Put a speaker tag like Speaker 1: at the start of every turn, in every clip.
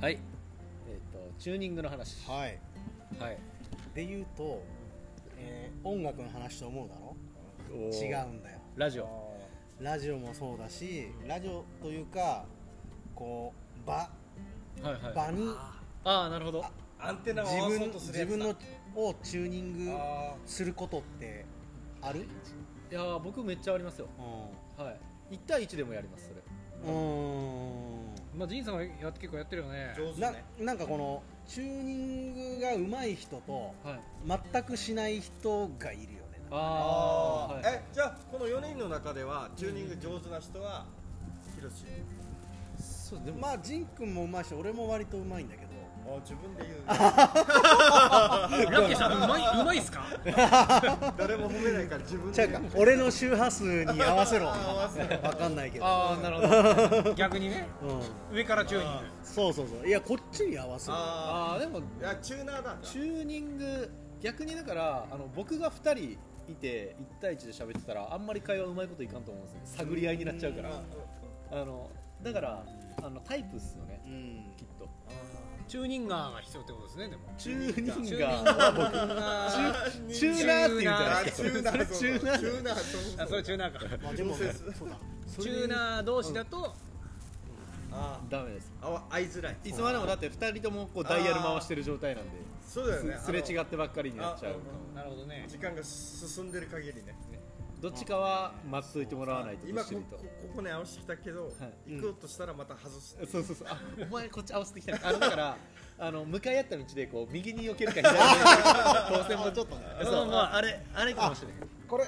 Speaker 1: はいえっ、とチューニングの話は
Speaker 2: はい
Speaker 1: い、
Speaker 2: で言うと、えー音楽の話と思うだろ
Speaker 1: おー
Speaker 2: 違うんだよ
Speaker 1: ラジオ
Speaker 2: ラジオもそうだしラジオというかこう場
Speaker 1: はいはい
Speaker 2: 場に
Speaker 1: ああなるほど
Speaker 3: アンテナを合
Speaker 2: 自
Speaker 3: わそ
Speaker 2: 分
Speaker 3: うとす
Speaker 2: 自
Speaker 3: るやつだ
Speaker 2: 分のをチューニング
Speaker 3: あ
Speaker 2: することってある
Speaker 1: いやー僕めっちゃありますよはい1対1でもやりますそれ
Speaker 2: うんうん
Speaker 1: まあジンさんはやって結構やってるよね
Speaker 3: ー上手
Speaker 2: な
Speaker 3: ね
Speaker 2: なんかこのチューニングが上手い人と
Speaker 1: はい
Speaker 2: 全くしない人がいるよね
Speaker 1: あー
Speaker 3: ー
Speaker 1: はい
Speaker 3: えじゃあこの4人の中ではチューニング上手な人はヒロシ
Speaker 1: そうでも
Speaker 2: まあ仁君もうまいし俺も割とうまいんだけど
Speaker 3: あ自分で言う ね
Speaker 1: ラッキーさんうまいうまいっすか
Speaker 3: 誰も褒めないから自分
Speaker 2: 違
Speaker 3: で
Speaker 2: う
Speaker 3: 言
Speaker 2: か
Speaker 3: う
Speaker 2: 俺の周波数に合わせろ
Speaker 3: 合わせろ
Speaker 2: わかんないけど
Speaker 1: ああなるほど逆にね
Speaker 2: うん、
Speaker 1: 上からチューニング
Speaker 2: そうそうそういやこっちに合わせろ
Speaker 3: あ
Speaker 1: ああーでも
Speaker 3: ーいやチューナーだ
Speaker 1: チューニング逆にだからあの僕が2人いて1対1で喋ってたらあんまり会話うまいこといかんと思うんですよ探り合いになっちゃうか
Speaker 3: あ
Speaker 1: らあのだからあのタイプっすよね
Speaker 2: うん
Speaker 1: きっと
Speaker 4: チューニンガーが必要ってことですねでも
Speaker 2: チューニン
Speaker 4: チュ
Speaker 2: グ
Speaker 4: ーニン
Speaker 2: が
Speaker 4: ガーは
Speaker 2: チュチューナーって言うんじゃない
Speaker 3: あチューナー
Speaker 2: チューナー
Speaker 3: チューナーそう
Speaker 4: 僕あそれチューナーか
Speaker 2: まあでもね
Speaker 3: 調節
Speaker 2: そうだ
Speaker 4: チューナー同士だと
Speaker 3: あ
Speaker 1: ダメです
Speaker 3: ーあわ会いづらい
Speaker 1: いつまでもだって2人ともこうダイヤル回してる状態なんで
Speaker 3: そうだよね
Speaker 1: すすれ違
Speaker 3: あ
Speaker 1: ってばっかりになっちゃうかも
Speaker 3: あうん
Speaker 4: なるほどね
Speaker 3: の時間が進んでる限りね
Speaker 1: どっちかは待っといてもらわないとど
Speaker 3: 今
Speaker 1: っし
Speaker 3: こ
Speaker 1: りと
Speaker 3: こここね合わせてきたけど
Speaker 1: い
Speaker 3: 行こうとしたらまた外す
Speaker 1: そうそうそうあお前こっち合わせてきたねあのだから あの向かい合った道でこう右に避けるか左に避けるか当選もちょっとねそうまああれあれかもしれない
Speaker 2: これ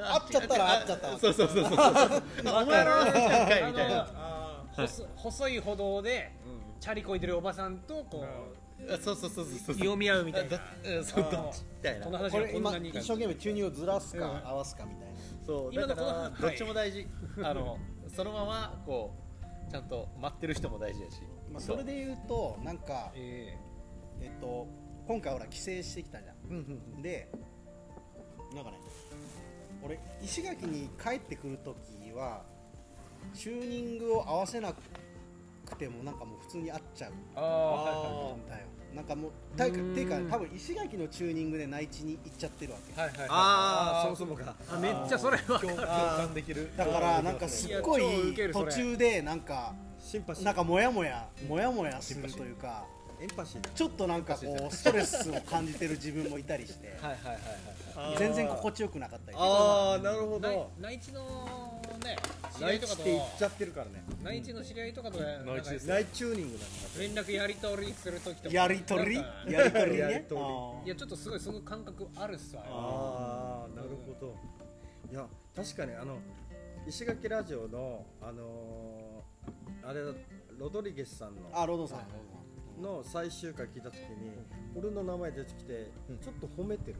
Speaker 2: 合っちゃったら合っちゃったわ
Speaker 1: そうそうそうそうそう。お前ら は何回みたいな。
Speaker 3: あー
Speaker 4: 細細い歩道でチャリこいでるおばさんとこ
Speaker 1: そうそうそうそう
Speaker 4: う読み合うみたいな
Speaker 1: うんそうどっちみたいな
Speaker 4: この。話
Speaker 2: こ
Speaker 4: が
Speaker 2: れ
Speaker 4: こん
Speaker 2: 今
Speaker 4: なにいいか
Speaker 2: 一生懸命チューニングをずらすか合わすかみたいな
Speaker 1: そう
Speaker 4: 今
Speaker 1: だ
Speaker 4: の
Speaker 1: か
Speaker 4: この
Speaker 1: ら
Speaker 4: はい
Speaker 1: どっちも大事。あのそのままこうちゃんと待ってる人も大事だし。
Speaker 2: まあそれで言うとなんか
Speaker 4: え
Speaker 2: えっと今回ほら帰省してきたじゃん
Speaker 1: うんうん
Speaker 2: でなんかね俺石垣に帰ってくるときはチューニングを合わせなくてもなんかもう普通に合っちゃう
Speaker 4: ーあ
Speaker 2: んだよなんかもうたいかていうか多分石垣のチューニングで内地に行っちゃってるわけ
Speaker 4: ーはいはいはい
Speaker 3: あーそもそもか
Speaker 4: あめっちゃそれは
Speaker 1: 共感できる。
Speaker 2: だからなんかすっごい
Speaker 4: いや超ウケるそ
Speaker 2: 途
Speaker 4: れ
Speaker 2: 中でなんか
Speaker 3: シンパシ
Speaker 2: な
Speaker 3: ー
Speaker 2: んかモヤモヤモヤモヤするというか
Speaker 3: エンパシーだ
Speaker 2: ちょっとなんかこうストレスを感じてる自分もいたりして
Speaker 1: はいはいはいはいはい。
Speaker 2: 全然心地よくなかったりとか
Speaker 3: あーなるほ
Speaker 4: 内
Speaker 3: ど
Speaker 4: 内地のね知り合
Speaker 3: 内
Speaker 4: いと
Speaker 3: 地
Speaker 4: か
Speaker 3: っ
Speaker 4: と
Speaker 3: て言っちゃってるからね
Speaker 4: 内地の知り合いとかとなんか
Speaker 1: 内地です
Speaker 3: 内チューニングなんだ
Speaker 4: 連絡やり取りするときとか
Speaker 2: やりとり
Speaker 4: なんか
Speaker 2: やりとり
Speaker 3: やり
Speaker 2: ね
Speaker 3: とり
Speaker 4: いやちょっとすごいその感覚あるっすわ
Speaker 3: ああなるほどいや確かにあの石垣ラジオのあのーあれだロドリゲスさん
Speaker 2: あ
Speaker 3: の
Speaker 2: あロドさん
Speaker 3: の最終回聞いた時に俺の名前出てきてちょっと褒めてる、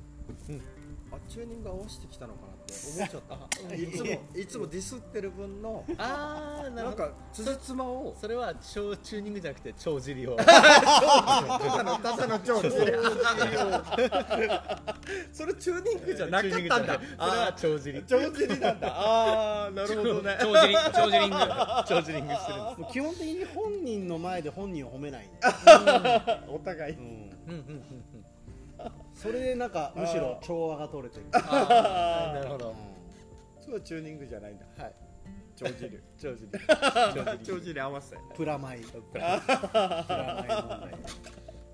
Speaker 3: あチューニング合わせてきたのかなって思っちゃったいつもいつもディスってる分の
Speaker 1: ああなる
Speaker 3: な
Speaker 1: ほ
Speaker 3: ん
Speaker 1: ど。
Speaker 3: か辻褄を
Speaker 1: それは超チューニングじゃなくて超尻を。
Speaker 3: ただのただの超それチューニングじゃなかった
Speaker 1: チ
Speaker 3: ん
Speaker 1: ューニングじゃ
Speaker 3: だ
Speaker 1: ないそれは
Speaker 3: あ
Speaker 1: 超尻。
Speaker 3: ー超尻なんだああなるほどね
Speaker 4: 長尻長尻リング
Speaker 1: 超尻リングしてるんです。
Speaker 2: もう基本的に本人の前で本人を褒めない、
Speaker 3: お互い
Speaker 2: うん、
Speaker 1: うんうんうんうん。
Speaker 2: それでなんかむしろ調和が取れてる、
Speaker 1: ああなるほど。
Speaker 3: それはチューニングじゃないんだ
Speaker 1: はい。
Speaker 3: 長寿流
Speaker 1: 超尻。
Speaker 3: 長寿流合わせ
Speaker 2: プラマイ
Speaker 1: プラ
Speaker 2: プラマイ問題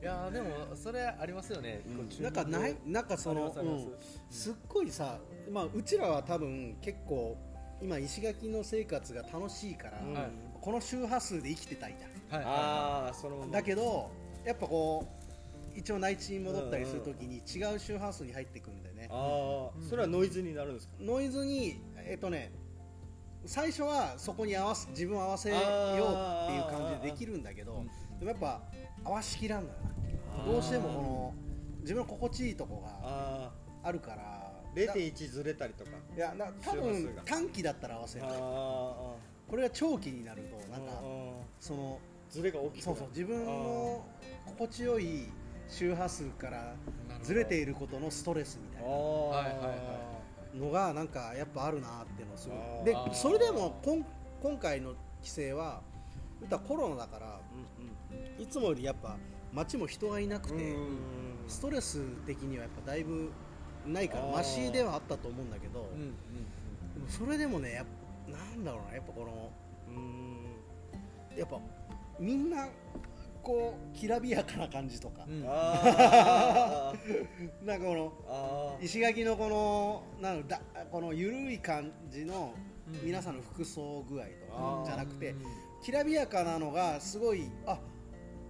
Speaker 1: いやーでもそれありますよね、こう中
Speaker 2: なんかないなんかその
Speaker 1: ありますあります
Speaker 2: うんすっごいさ、まあ、うちらは多分結構今石垣の生活が楽しいから、
Speaker 3: うん
Speaker 1: はい
Speaker 2: この周波数で生きてたいじゃ
Speaker 1: はい
Speaker 3: ああその
Speaker 2: んだけどやっぱこう一応内地に戻ったりするときに違う周波数に入ってくるんだよね、
Speaker 3: ああそれはノイズになるんですか
Speaker 2: ノイズにえっとね最初はそこに合わせ自分を合わせようっていう感じでできるんだけどでもやっぱ合わしきらんのよなどうしてもこの自分の心地いいとこが
Speaker 3: あ
Speaker 2: あるから
Speaker 3: あ
Speaker 2: だ
Speaker 3: 0.1ずれたりとか
Speaker 2: いやな多
Speaker 3: 周波数
Speaker 2: 分
Speaker 3: が
Speaker 2: 短期だったら合わせる
Speaker 3: あ
Speaker 2: これが長期になるとなんか
Speaker 3: あ
Speaker 2: その
Speaker 3: ずれが大きく
Speaker 2: そうそう自分の心地よい周波数からずれていることのストレスみたいな
Speaker 1: はいはいはい
Speaker 2: のがなんかやっぱあるなっていうのをすご
Speaker 3: あー
Speaker 2: いでそれでもこん今回の規制は言ったらコロナだからいつもよりやっぱ街も人がいなくてストレス的にはやっぱだいぶないから
Speaker 1: あー
Speaker 2: マシではあったと思うんだけど、
Speaker 1: うんうん
Speaker 2: でもそれでもねやっぱなんだろうなやっぱこのやっぱみんなこうきらびやかな感じとか、
Speaker 1: うん
Speaker 3: あ ー
Speaker 2: なんかこの
Speaker 3: あー
Speaker 2: 石垣のこのなんだこの緩い感じの
Speaker 1: うん
Speaker 2: 皆さんの服装具合と
Speaker 3: あ
Speaker 2: か
Speaker 3: ー
Speaker 2: じゃなくてきらびやかなのがすごいあ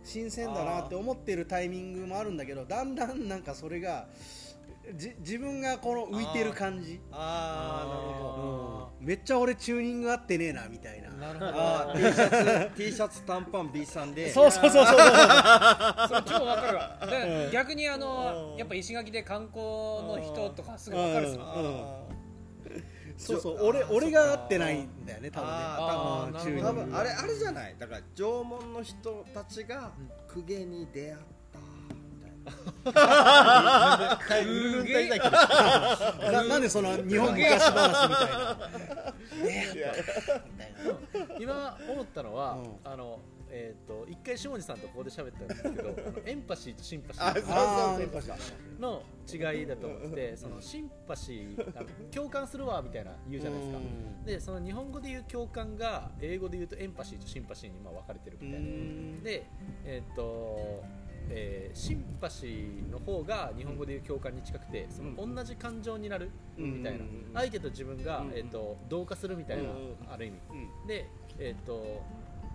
Speaker 2: 新鮮だなって思ってるタイミングもあるんだけどだんだんなんかそれがじ自分がこの浮いてる感じ
Speaker 3: あーなるほ
Speaker 2: めっちゃ俺チューニング合ってねえなみたいな
Speaker 1: なる
Speaker 3: ど
Speaker 1: ほど
Speaker 3: あー T シャツ T シャツ短パン B さんで
Speaker 2: そうそうそうそう
Speaker 4: それ超わかるわだから逆にあのやっぱ石垣で観光の人とかすぐわかるっすもん
Speaker 2: うん
Speaker 3: あー
Speaker 2: そうそう俺俺が合ってないんだよね多
Speaker 3: あ
Speaker 2: 分ね
Speaker 4: ー多
Speaker 2: チューニン
Speaker 4: 分
Speaker 2: グ
Speaker 3: 多分あれあれじゃないだから縄文の人たちが公家に出会った
Speaker 1: 空軍隊だけど
Speaker 2: ななんでその日本昔話みたいな
Speaker 1: 今思ったのは、
Speaker 2: うん
Speaker 1: あのえっ、と一回下地さんとここで喋ったんですけどあのエンパシーとシンパシ
Speaker 3: あそう
Speaker 1: ー
Speaker 2: あーやっぱし
Speaker 1: の違いだと思っててそのシンパシーあの共感するわみたいな言うじゃないですか
Speaker 2: うん
Speaker 1: でその日本語で言う共感が英語で言うとエンパシーとシンパシーにまあ分かれてる
Speaker 2: う
Speaker 1: みたいな
Speaker 2: ーん
Speaker 1: でえっ、とえーシンパシーの方が日本語で言う共感に近くてその同じ感情になるみたいな
Speaker 2: うんうん
Speaker 1: 相手と自分が
Speaker 2: うん、
Speaker 1: えー、と同化するみたいな
Speaker 2: うんうん
Speaker 1: ある意味
Speaker 2: うん
Speaker 1: でえっ、と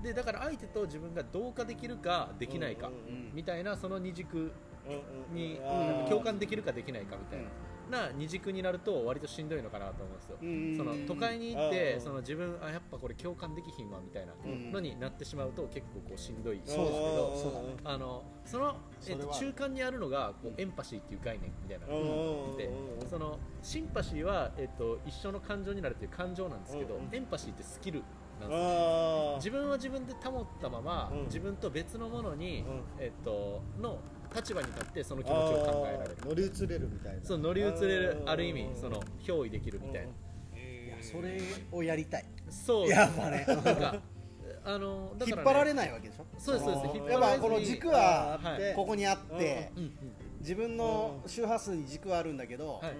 Speaker 1: でだから相手と自分が同化できるかできないか
Speaker 2: うん
Speaker 1: みたいなその二軸に
Speaker 2: うん
Speaker 1: 共感できるかできないかみたいなな二軸になると割としんどいのかなと思うんですよ
Speaker 2: うん
Speaker 1: その都会に行っ
Speaker 3: う
Speaker 1: て
Speaker 3: ん
Speaker 1: その自分あやっぱこれ共感できひんわみたいな
Speaker 2: うん
Speaker 1: のになってしまうと結構こうしんどいんですけ
Speaker 3: そうだ
Speaker 1: ど
Speaker 3: そうだね
Speaker 1: あのその、えっ
Speaker 3: それ
Speaker 1: と
Speaker 3: は
Speaker 1: 中間にあるのがこうエンパシーっていう概念みたいなでそのシンパシーは、えっと一緒の感情になるという感情なんですけど、
Speaker 3: うんうん
Speaker 1: エンパシーってスキルなんですよ
Speaker 3: あ
Speaker 1: 自分は自分で保ったまま、
Speaker 3: うん
Speaker 1: 自分と別のものに、
Speaker 3: うん
Speaker 1: えっとの立場に立ってその気持ちを考えられる
Speaker 3: 乗り移れるみたいな
Speaker 1: そう乗り移れるある意味その憑依できるみたいな、
Speaker 2: いやそれをやりたい
Speaker 1: そう
Speaker 2: やっぱね
Speaker 1: なんかあのだからね、
Speaker 2: 引っ張られないわけでしょ
Speaker 1: そうですそうです
Speaker 3: あー
Speaker 1: 引っ張
Speaker 2: やっ
Speaker 1: られ
Speaker 2: ぱ
Speaker 1: ずに
Speaker 2: この軸
Speaker 3: あ
Speaker 2: は
Speaker 3: ーあって
Speaker 2: ここにあって
Speaker 1: うんうん
Speaker 2: 自分の周波数に軸はあるんだけど
Speaker 1: はい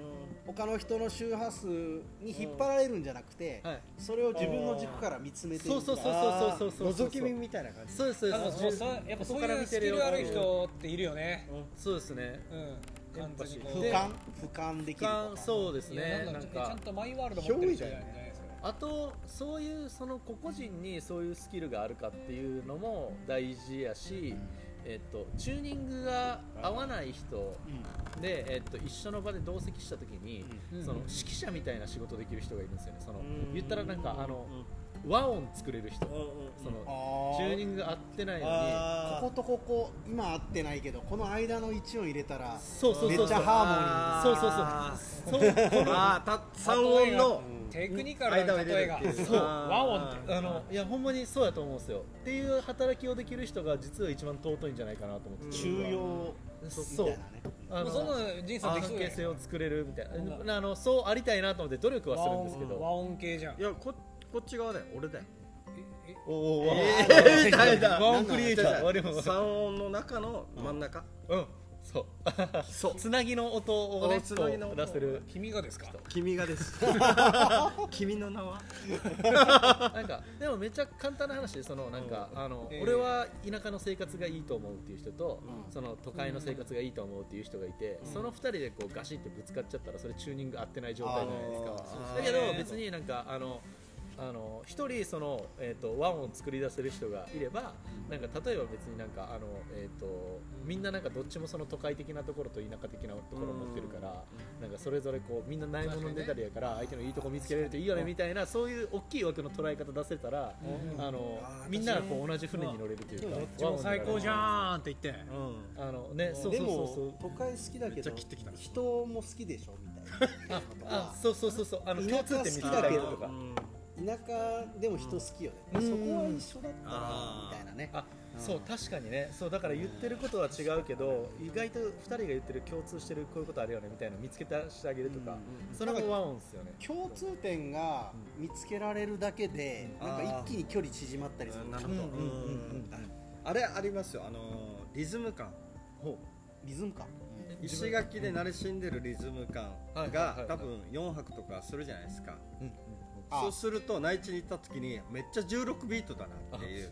Speaker 2: 他の人の周波数に引っ張られるんじゃなくて
Speaker 1: はい
Speaker 2: それを自分の軸から見つめてる
Speaker 1: そうそうそうそうそうそうそう
Speaker 3: 覗き見みたいな感じ
Speaker 1: そうですそう
Speaker 4: なん
Speaker 1: で
Speaker 4: か
Speaker 1: す
Speaker 4: そうそうやっぱそういうスキルある人っているよね
Speaker 1: そうですね
Speaker 4: うん完全にこ
Speaker 1: そう
Speaker 2: 俯瞰俯瞰でき
Speaker 1: 俯
Speaker 2: る
Speaker 1: 瞰そうです
Speaker 4: いや
Speaker 1: ね
Speaker 4: なん
Speaker 1: な
Speaker 4: だ
Speaker 1: ん
Speaker 4: ちゃ
Speaker 1: か
Speaker 4: んとマイワールド持ってる人じゃないね
Speaker 1: あとそういうその個々人にそういうスキルがあるかっていうのも大事やし、えっと、チューニングが合わない人で、えっと、一緒の場で同席した時に、
Speaker 4: うん
Speaker 1: その指揮者みたいな仕事できる人がいるんですよねその
Speaker 3: うん
Speaker 1: 言ったらなんかあの和音作れる人そのチューニ
Speaker 2: こ
Speaker 1: ングが合ってないのに
Speaker 3: あ
Speaker 2: ことここ今合ってないけどこの間の1音入れたら
Speaker 1: そうそうそうそう
Speaker 2: めっちゃハ
Speaker 1: そうそう
Speaker 3: あ
Speaker 1: そうそう
Speaker 3: あた三音の
Speaker 4: テクニカルな例えが
Speaker 3: そう
Speaker 4: 和音って
Speaker 1: あのいやほんまにそうやと思うんですよっていう働きをできる人が実は一番尊いんじゃないかなと思ってて
Speaker 2: 中用みた
Speaker 1: そ
Speaker 2: いな
Speaker 1: う
Speaker 2: ね
Speaker 1: あ
Speaker 4: もうそんなの人生で
Speaker 1: 関
Speaker 4: きそうだ
Speaker 1: 係性
Speaker 4: よ
Speaker 1: を作れるみたいなあのそうありたいなと思って努力はするんですけ
Speaker 4: 和
Speaker 1: ど
Speaker 4: 音系じゃん
Speaker 3: いやここっち側だよ俺だよ
Speaker 1: おお
Speaker 3: ええみたいな
Speaker 1: 和音クリエイター
Speaker 3: 違う違う三音の中の真ん中
Speaker 1: うん そう
Speaker 3: そう
Speaker 1: つなぎの音をね
Speaker 3: おつなぎの
Speaker 1: こう
Speaker 3: 音
Speaker 1: 出せる
Speaker 4: 君がですか
Speaker 3: 君がです 君の名は
Speaker 1: なんかでもめっちゃ簡単な話でそのなんか、あの
Speaker 4: ええ
Speaker 1: 俺は田舎の生活がいいと思うっていう人と、
Speaker 3: うん
Speaker 1: その都会の生活がいいと思うっていう人がいて、
Speaker 3: うん
Speaker 1: その2人でこうガシってぶつかっちゃったらそれチューニング合ってない状態じゃないですか
Speaker 3: あー
Speaker 1: だけど
Speaker 4: そうですね
Speaker 1: 別になんかあのあの一人その、えー、と和音を作り出せる人がいればなんか例えば別になんかあの、えー、とみんななんかどっちもその都会的なところと田舎的なところを持ってるから、なんかそれぞれこうみんなないものに出たりやから相手のいいとこ見つけられるといいよねみたいなそういう大きい枠の捉え方出せたら、あの
Speaker 3: あー
Speaker 1: みんながこう同じ船に乗れるというか、
Speaker 4: でも最高じゃ
Speaker 1: ん
Speaker 4: んって言って
Speaker 3: うん
Speaker 1: あのねそう
Speaker 2: で
Speaker 1: そうそうそう
Speaker 2: も都会好きだけど
Speaker 3: めっちゃ切ってきた
Speaker 2: 人も好きでしょみたいなと
Speaker 1: あ
Speaker 2: か
Speaker 1: そうそうそうそうあの共
Speaker 2: 田舎
Speaker 1: 通
Speaker 2: 好
Speaker 1: 点見つ
Speaker 2: き
Speaker 1: け
Speaker 2: だ
Speaker 1: た
Speaker 2: け
Speaker 1: り
Speaker 2: ど
Speaker 1: とか
Speaker 3: うん
Speaker 2: 田舎でも人好きよね、
Speaker 1: うん
Speaker 2: そこは一緒だったら
Speaker 3: あー
Speaker 2: みたいなね
Speaker 1: あそう確かにねそうだから言ってることは違うけど意外と2人が言ってる共通してるこういうことあるよねみたいなの見つけ出してあげるとか、それもワンオンですよね
Speaker 2: 共通点が見つけられるだけで、
Speaker 3: うん
Speaker 2: なんか
Speaker 3: あー
Speaker 2: 一気に距離縮まったりする
Speaker 3: なる
Speaker 1: う
Speaker 3: ほ
Speaker 1: ん
Speaker 3: ど、
Speaker 1: うんうん
Speaker 3: あれありますよあのーリズム感
Speaker 2: リズム感
Speaker 3: 石垣で慣れしんでるリズム感
Speaker 1: はいはいはいは
Speaker 3: が
Speaker 1: い
Speaker 3: 多分4拍とかするじゃないですか
Speaker 1: うん
Speaker 2: あ
Speaker 3: そうすると内地に行った時にめっちゃ16ビートだなっていう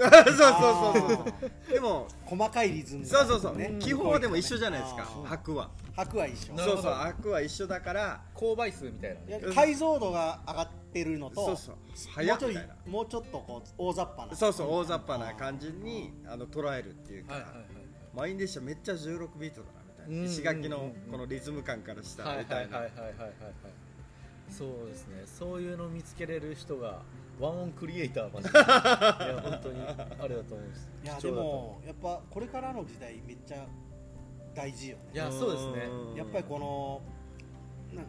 Speaker 2: あ
Speaker 3: そうそうそう
Speaker 2: ー
Speaker 3: そうでも
Speaker 2: 細かいリズム
Speaker 3: そうそうそう、
Speaker 2: ね
Speaker 3: 基本はでも一緒じゃないですか
Speaker 2: うん
Speaker 3: 拍は
Speaker 2: 拍は一緒
Speaker 1: な
Speaker 3: そ
Speaker 1: る
Speaker 3: う
Speaker 1: ほど
Speaker 3: そう拍は一緒だから
Speaker 1: 購買数みたいな、
Speaker 2: いや解像度が上がってるのと
Speaker 3: そうそう
Speaker 2: も
Speaker 3: 早
Speaker 2: う
Speaker 3: っ
Speaker 2: ちょ
Speaker 3: み
Speaker 2: い
Speaker 3: たいな
Speaker 2: もうちょっとこう大雑把な
Speaker 3: そうそう大雑把な感じにあの捉えるっていうか、
Speaker 1: はいはいはい
Speaker 3: 満員電車めっちゃ16ビートだなみたいな、
Speaker 1: うん
Speaker 3: 石垣
Speaker 1: うん
Speaker 3: の
Speaker 1: うん
Speaker 3: このリズム感からした
Speaker 1: は
Speaker 3: ら
Speaker 1: い
Speaker 3: み
Speaker 1: はいはい
Speaker 3: たいな、
Speaker 1: はいはいはいそうですねそういうの見つけれる人がワンオンクリエイターマジでいや本当にあれだと思うんです
Speaker 2: いや
Speaker 1: 貴
Speaker 2: で
Speaker 1: 重だと思
Speaker 2: もやっぱこれからの時代めっちゃ大事よね
Speaker 1: ういやそうですね
Speaker 2: やっぱりこのな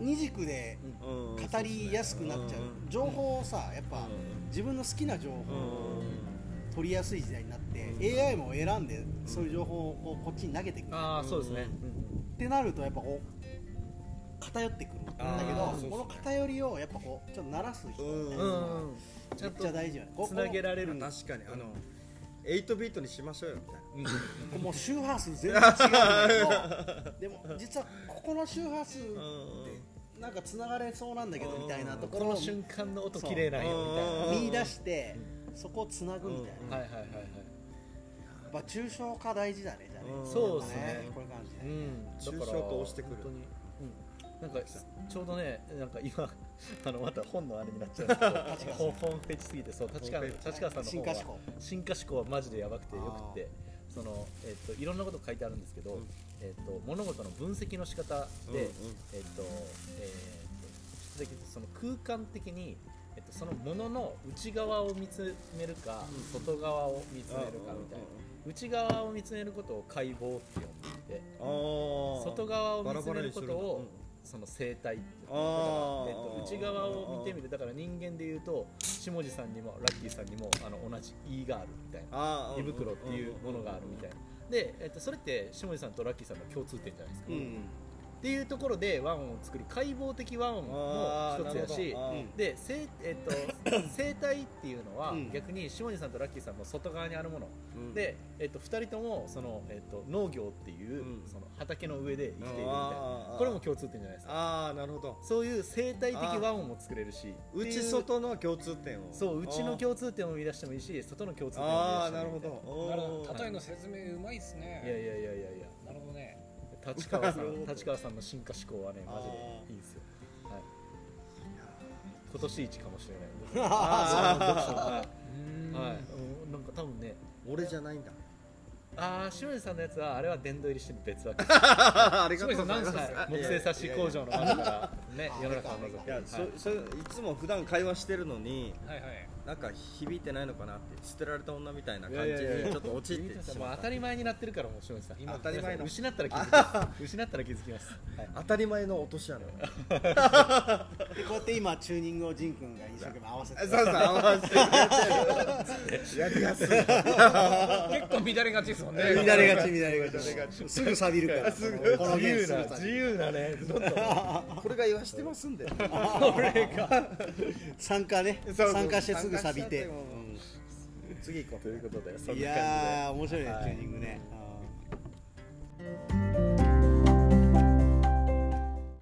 Speaker 2: 二軸で
Speaker 3: の
Speaker 2: 語りやすくなっちゃう情報をさやっぱ自分の好きな情報を取りやすい時代になって AI も選んでそういう情報をこうこっちに投げてくる
Speaker 1: ああそうですね、
Speaker 2: ってなるとやっぱこう偏ってくるんだけ
Speaker 3: あーそうっす
Speaker 2: ど
Speaker 3: ね
Speaker 2: この偏りをやっぱこうちょっと慣らす人みた
Speaker 1: う
Speaker 2: いなの
Speaker 1: ん
Speaker 2: が
Speaker 1: うんち
Speaker 2: め
Speaker 1: ゃ
Speaker 2: っ
Speaker 1: んと
Speaker 2: ちゃ大事よねここ
Speaker 1: つなげられるんだ
Speaker 3: 確かにあの8ビートにしましょうよみたいな
Speaker 2: もう周波数全然違うんだけどでも実はここの周波数ってなんかつながれそうなんだけどみたいなとこ
Speaker 1: こ
Speaker 2: ろを
Speaker 1: の瞬間の音綺麗なんよみたい
Speaker 3: うん
Speaker 2: 見出してそこをつなぐみたいな、
Speaker 1: なはいはいはいはい
Speaker 2: やっぱ抽象化大事だねじゃあね、
Speaker 3: うん
Speaker 1: そうで
Speaker 2: やっ
Speaker 1: す
Speaker 2: ぱね
Speaker 1: ね
Speaker 2: こういう感じで、
Speaker 1: うん
Speaker 3: 抽
Speaker 1: だから
Speaker 3: 象化をしてくる
Speaker 1: 本当に、うん、なんかちょうどねなんか今 あのまた本のあれになっ ちゃうんですけど本本フェチすぎてそう立川
Speaker 3: 本フェ
Speaker 1: 立川さんの
Speaker 2: 進
Speaker 1: 本
Speaker 2: 化
Speaker 1: は
Speaker 2: 思考
Speaker 1: 進化思考はマジでやばくてよくってその、えっといろんなこと書いてあるんですけど、
Speaker 3: うん
Speaker 1: えっと物事の分析の仕方で、
Speaker 3: うんうん
Speaker 1: えっとえーっとだけどその空間的に、えっと、その物の内側を見つめるか、外側を見つめるかみたいな、内側を見つめることを解剖って呼んでいて外側を見つめることをその生態って言って
Speaker 3: あー
Speaker 1: えっと、内側を見てみるだから人間でいうと下地さんにもラッキーさんにもあの同じ E があるみたいな
Speaker 3: あ
Speaker 1: 胃袋っていうものがあるみたいなで、えっと、それって下地さんとラッキーさんの共通点じゃないですか、
Speaker 2: うん
Speaker 1: っていうところで和音を作る解剖的和音も一つやしで生,、えっと、生態っていうのは
Speaker 2: うん
Speaker 1: 逆に下地さんとラッキーさんも外側にあるもので、えっと、2人ともその、えっと、農業っていう、
Speaker 3: うん
Speaker 1: その畑の上で生きているみたい
Speaker 3: あ
Speaker 1: な
Speaker 3: ー
Speaker 1: これも共通点じゃないですか
Speaker 3: ああなるほど
Speaker 1: そういう生態的和音も作れるし
Speaker 3: う
Speaker 1: ってい
Speaker 3: ち外の共通点を
Speaker 1: そううちの共通点を見出してもいいし外の共通点を
Speaker 3: ああ
Speaker 1: 見出
Speaker 3: な
Speaker 1: して
Speaker 3: る
Speaker 1: もい
Speaker 3: ほ
Speaker 1: いみたいな
Speaker 3: ど
Speaker 4: 例えの説明うまいっすね
Speaker 1: いやいやいやいやいや
Speaker 4: なるほどね
Speaker 1: 立川さん立川さんの進化思考はねマジでいいんですよ、はい、今年一かもしれないんで
Speaker 3: あ
Speaker 1: はい、はい、うんなんか多分ね
Speaker 3: 俺じゃないんだ
Speaker 1: ああ塩地さんのやつはあれは殿堂入りしてる別枠
Speaker 3: ありがとうございます
Speaker 1: 木製差し工場の窓からね世の中の窓
Speaker 3: いやそそいつも普段会話してるのに
Speaker 4: はいはい
Speaker 3: なんか響いてないのかなって捨てられた女みたいない感
Speaker 1: やい
Speaker 3: じ
Speaker 1: やいや
Speaker 3: にちょっと陥ってし
Speaker 1: もう
Speaker 3: ま
Speaker 1: 当
Speaker 3: った
Speaker 1: たり前になってるからもう塩地さん
Speaker 3: 今当たり前の
Speaker 1: 失ったら気づきます失ったら気づきます、はい
Speaker 3: 当たり前の落とし穴
Speaker 2: でこうやって今チューニングをジン君が一生懸命合わせて
Speaker 3: そうそう合わせて やりやすい
Speaker 4: 結構乱れがちですもんね
Speaker 2: 乱れがち乱れがちすぐ錆びるからこの
Speaker 1: 自
Speaker 2: ゲーム
Speaker 1: 由
Speaker 2: すぐ
Speaker 1: な
Speaker 2: 錆
Speaker 1: 自
Speaker 2: びる
Speaker 1: 由なねどんどん
Speaker 3: これが言わしてますんで
Speaker 2: 参加ね
Speaker 3: そうそう
Speaker 2: 参加してすぐ錆びて
Speaker 3: 参加しちゃって
Speaker 2: う
Speaker 3: も
Speaker 2: ん
Speaker 3: 次行こう
Speaker 1: ということでそんな感じ
Speaker 2: い
Speaker 1: で
Speaker 2: やー面白いね
Speaker 1: はい
Speaker 2: チューニングねあー